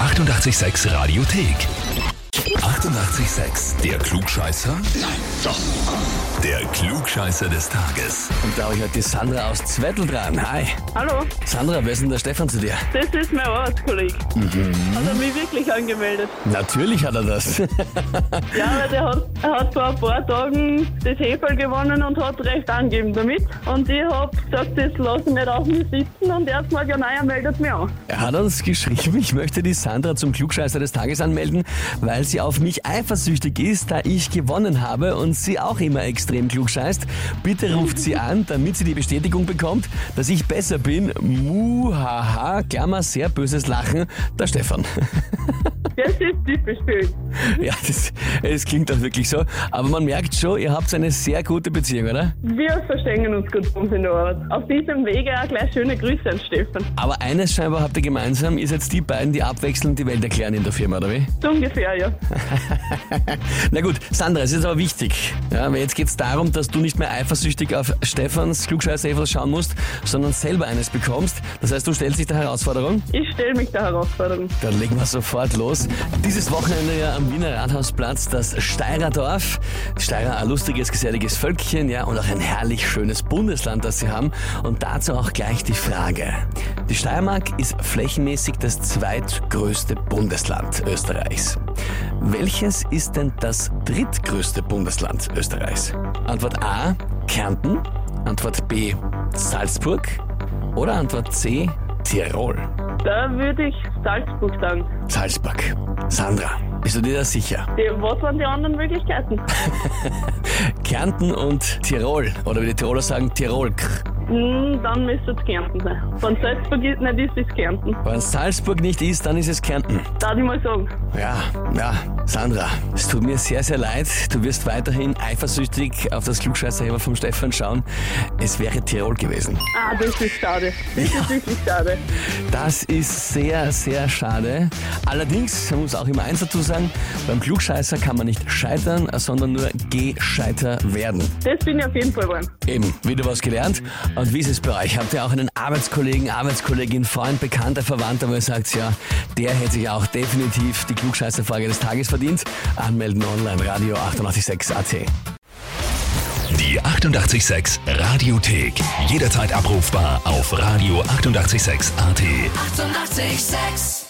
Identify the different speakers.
Speaker 1: 886 Radiothek. 88,6. Der Klugscheißer? Nein, doch. Der Klugscheißer des Tages.
Speaker 2: Und da habe ich heute die Sandra aus Zwettl dran. Hi.
Speaker 3: Hallo,
Speaker 2: Sandra, wer ist denn der Stefan zu dir?
Speaker 3: das ist mein Arbeitskollege. Hat er mich wirklich angemeldet?
Speaker 2: Natürlich hat er das.
Speaker 3: Ja, weil der hat, er hat vor ein paar Tagen das Heferl gewonnen und hat recht angegeben damit. Und ich hab gesagt, das lasse ich nicht auf mich sitzen und er hat gesagt, ja nein, er meldet mich an.
Speaker 2: er hat uns geschrieben, ich möchte die Sandra zum Klugscheißer des Tages anmelden, weil sie auf mich eifersüchtig ist, da ich gewonnen habe und sie auch immer extrem klugscheißt. Bitte ruft sie an, damit sie die Bestätigung bekommt, dass ich besser bin. Muhaha, Klammer, sehr böses Lachen. Der Stefan.
Speaker 3: Das ist typisch für ihn.
Speaker 2: Ja, das, es klingt auch wirklich so. Aber man merkt schon, ihr habt eine sehr gute Beziehung, oder?
Speaker 3: Wir verstehen uns gut bei uns in der Arbeit. Auf diesem Wege auch gleich schöne Grüße an Stefan.
Speaker 2: Aber eines scheinbar habt ihr gemeinsam, ihr seid die beiden, die abwechselnd die Welt erklären in der Firma, oder wie?
Speaker 3: So ungefähr, ja.
Speaker 2: Na gut, Sandra, es ist aber wichtig. Ja, weil jetzt geht's darum, dass du nicht mehr eifersüchtig auf Stefans Klugscheißer schauen musst, sondern selber eines bekommst. Das heißt, du stellst dich der Herausforderung.
Speaker 3: Ich stelle mich der Herausforderung.
Speaker 2: Dann legen wir sofort los. Dieses Wochenende ja am Wiener Rathausplatz das Steirer-Dorf. Steirer, ein lustiges, geselliges Völkchen, ja, und auch ein herrlich schönes Bundesland, das sie haben. Und dazu auch gleich die Frage. Die Steiermark ist flächenmäßig das zweitgrößte Bundesland Österreichs. Welches ist denn das drittgrößte Bundesland Österreichs? Antwort A, Kärnten. Antwort B, Salzburg. Oder Antwort C, Tirol.
Speaker 3: Da würde ich Salzburg sagen.
Speaker 2: Salzburg. Sandra, bist du dir da sicher?
Speaker 3: Die, was waren die anderen Möglichkeiten?
Speaker 2: Kärnten und Tirol, oder wie die Tiroler sagen, Tirol.
Speaker 3: Hm, dann müsste es Kärnten sein. Wenn Salzburg ist- nicht ist, ist es Kärnten.
Speaker 2: Wenn Salzburg nicht ist, dann ist es Kärnten.
Speaker 3: Darf ich mal sagen.
Speaker 2: Ja, ja, Sandra, es tut mir sehr, sehr leid. Du wirst weiterhin eifersüchtig auf das Klugscheißerheber vom Stefan schauen. Es wäre Tirol gewesen.
Speaker 3: Ah, das ist schade. Das ist wirklich schade.
Speaker 2: Das ist sehr, sehr schade. Allerdings, man muss auch immer eins dazu sagen, beim Klugscheißer kann man nicht scheitern, sondern nur gescheiter werden.
Speaker 3: Das bin ich auf jeden Fall warm.
Speaker 2: Eben, wieder was gelernt. Und wie ist es bei euch? Habt ihr auch einen Arbeitskollegen, Arbeitskollegin, Freund, Bekannter, Verwandter, wo ihr sagt, ja, der hätte sich auch definitiv die Klugscheißerfrage des Tages verdient? Anmelden online, Radio 886 AT.
Speaker 1: Die 88,6 Radiothek. Jederzeit abrufbar auf radio886.at. 88,6.
Speaker 4: Eighty-eight, sex.